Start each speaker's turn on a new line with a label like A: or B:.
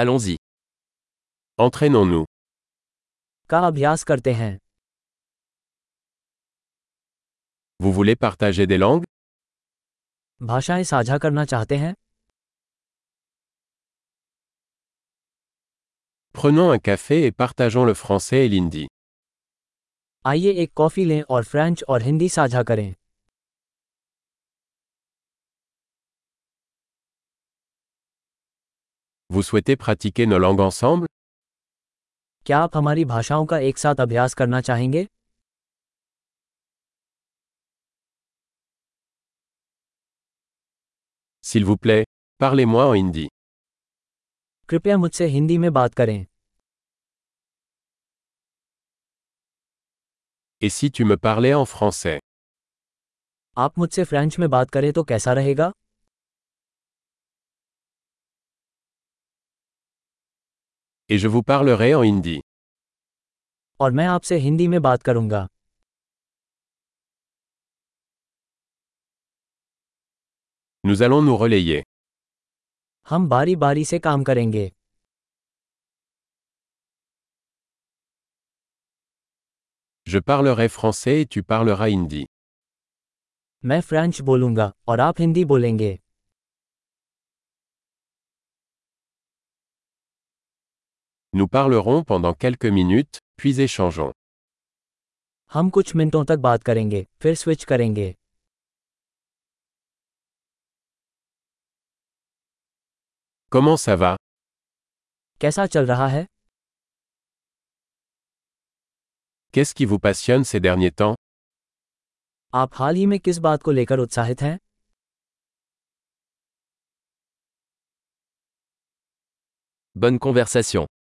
A: Allons-y. Entraînons-nous.
B: का अभ्यास करते हैं
A: Vous voulez partager des langues
B: भाषाएं साझा करना चाहते हैं
A: Prenons un café et partageons le français et l'hindi.
B: आइए एक कॉफ़ी लें और फ्रेंच और हिंदी साझा करें
A: Vous souhaitez pratiquer nos langues ensemble
B: क्या आप हमारी भाषाओं का एक साथ अभ्यास करना चाहेंगे
A: S'il vous plaît, parlez-moi en hindi.
B: कृपया मुझसे हिंदी में बात करें
A: Et si tu me parlais en français
B: आप मुझसे फ्रेंच में बात करें तो कैसा रहेगा
A: Et je vous parlerai en hindi.
B: और मैं आपसे हिंदी में बात करूंगा
A: Nous allons nous relayer.
B: हम बारी बारी से काम करेंगे
A: Je parlerai français et tu parleras hindi.
B: मैं फ्रेंच बोलूंगा और आप हिंदी बोलेंगे
A: Nous parlerons pendant quelques minutes, puis échangeons.
B: हम कुछ मिनटों तक बात करेंगे फिर स्विच करेंगे
A: Comment ça va
B: कैसा चल रहा है
A: Qu'est-ce qui vous passionne ces derniers temps
B: आप हाल ही में किस बात को लेकर उत्साहित हैं
C: Bonne conversation.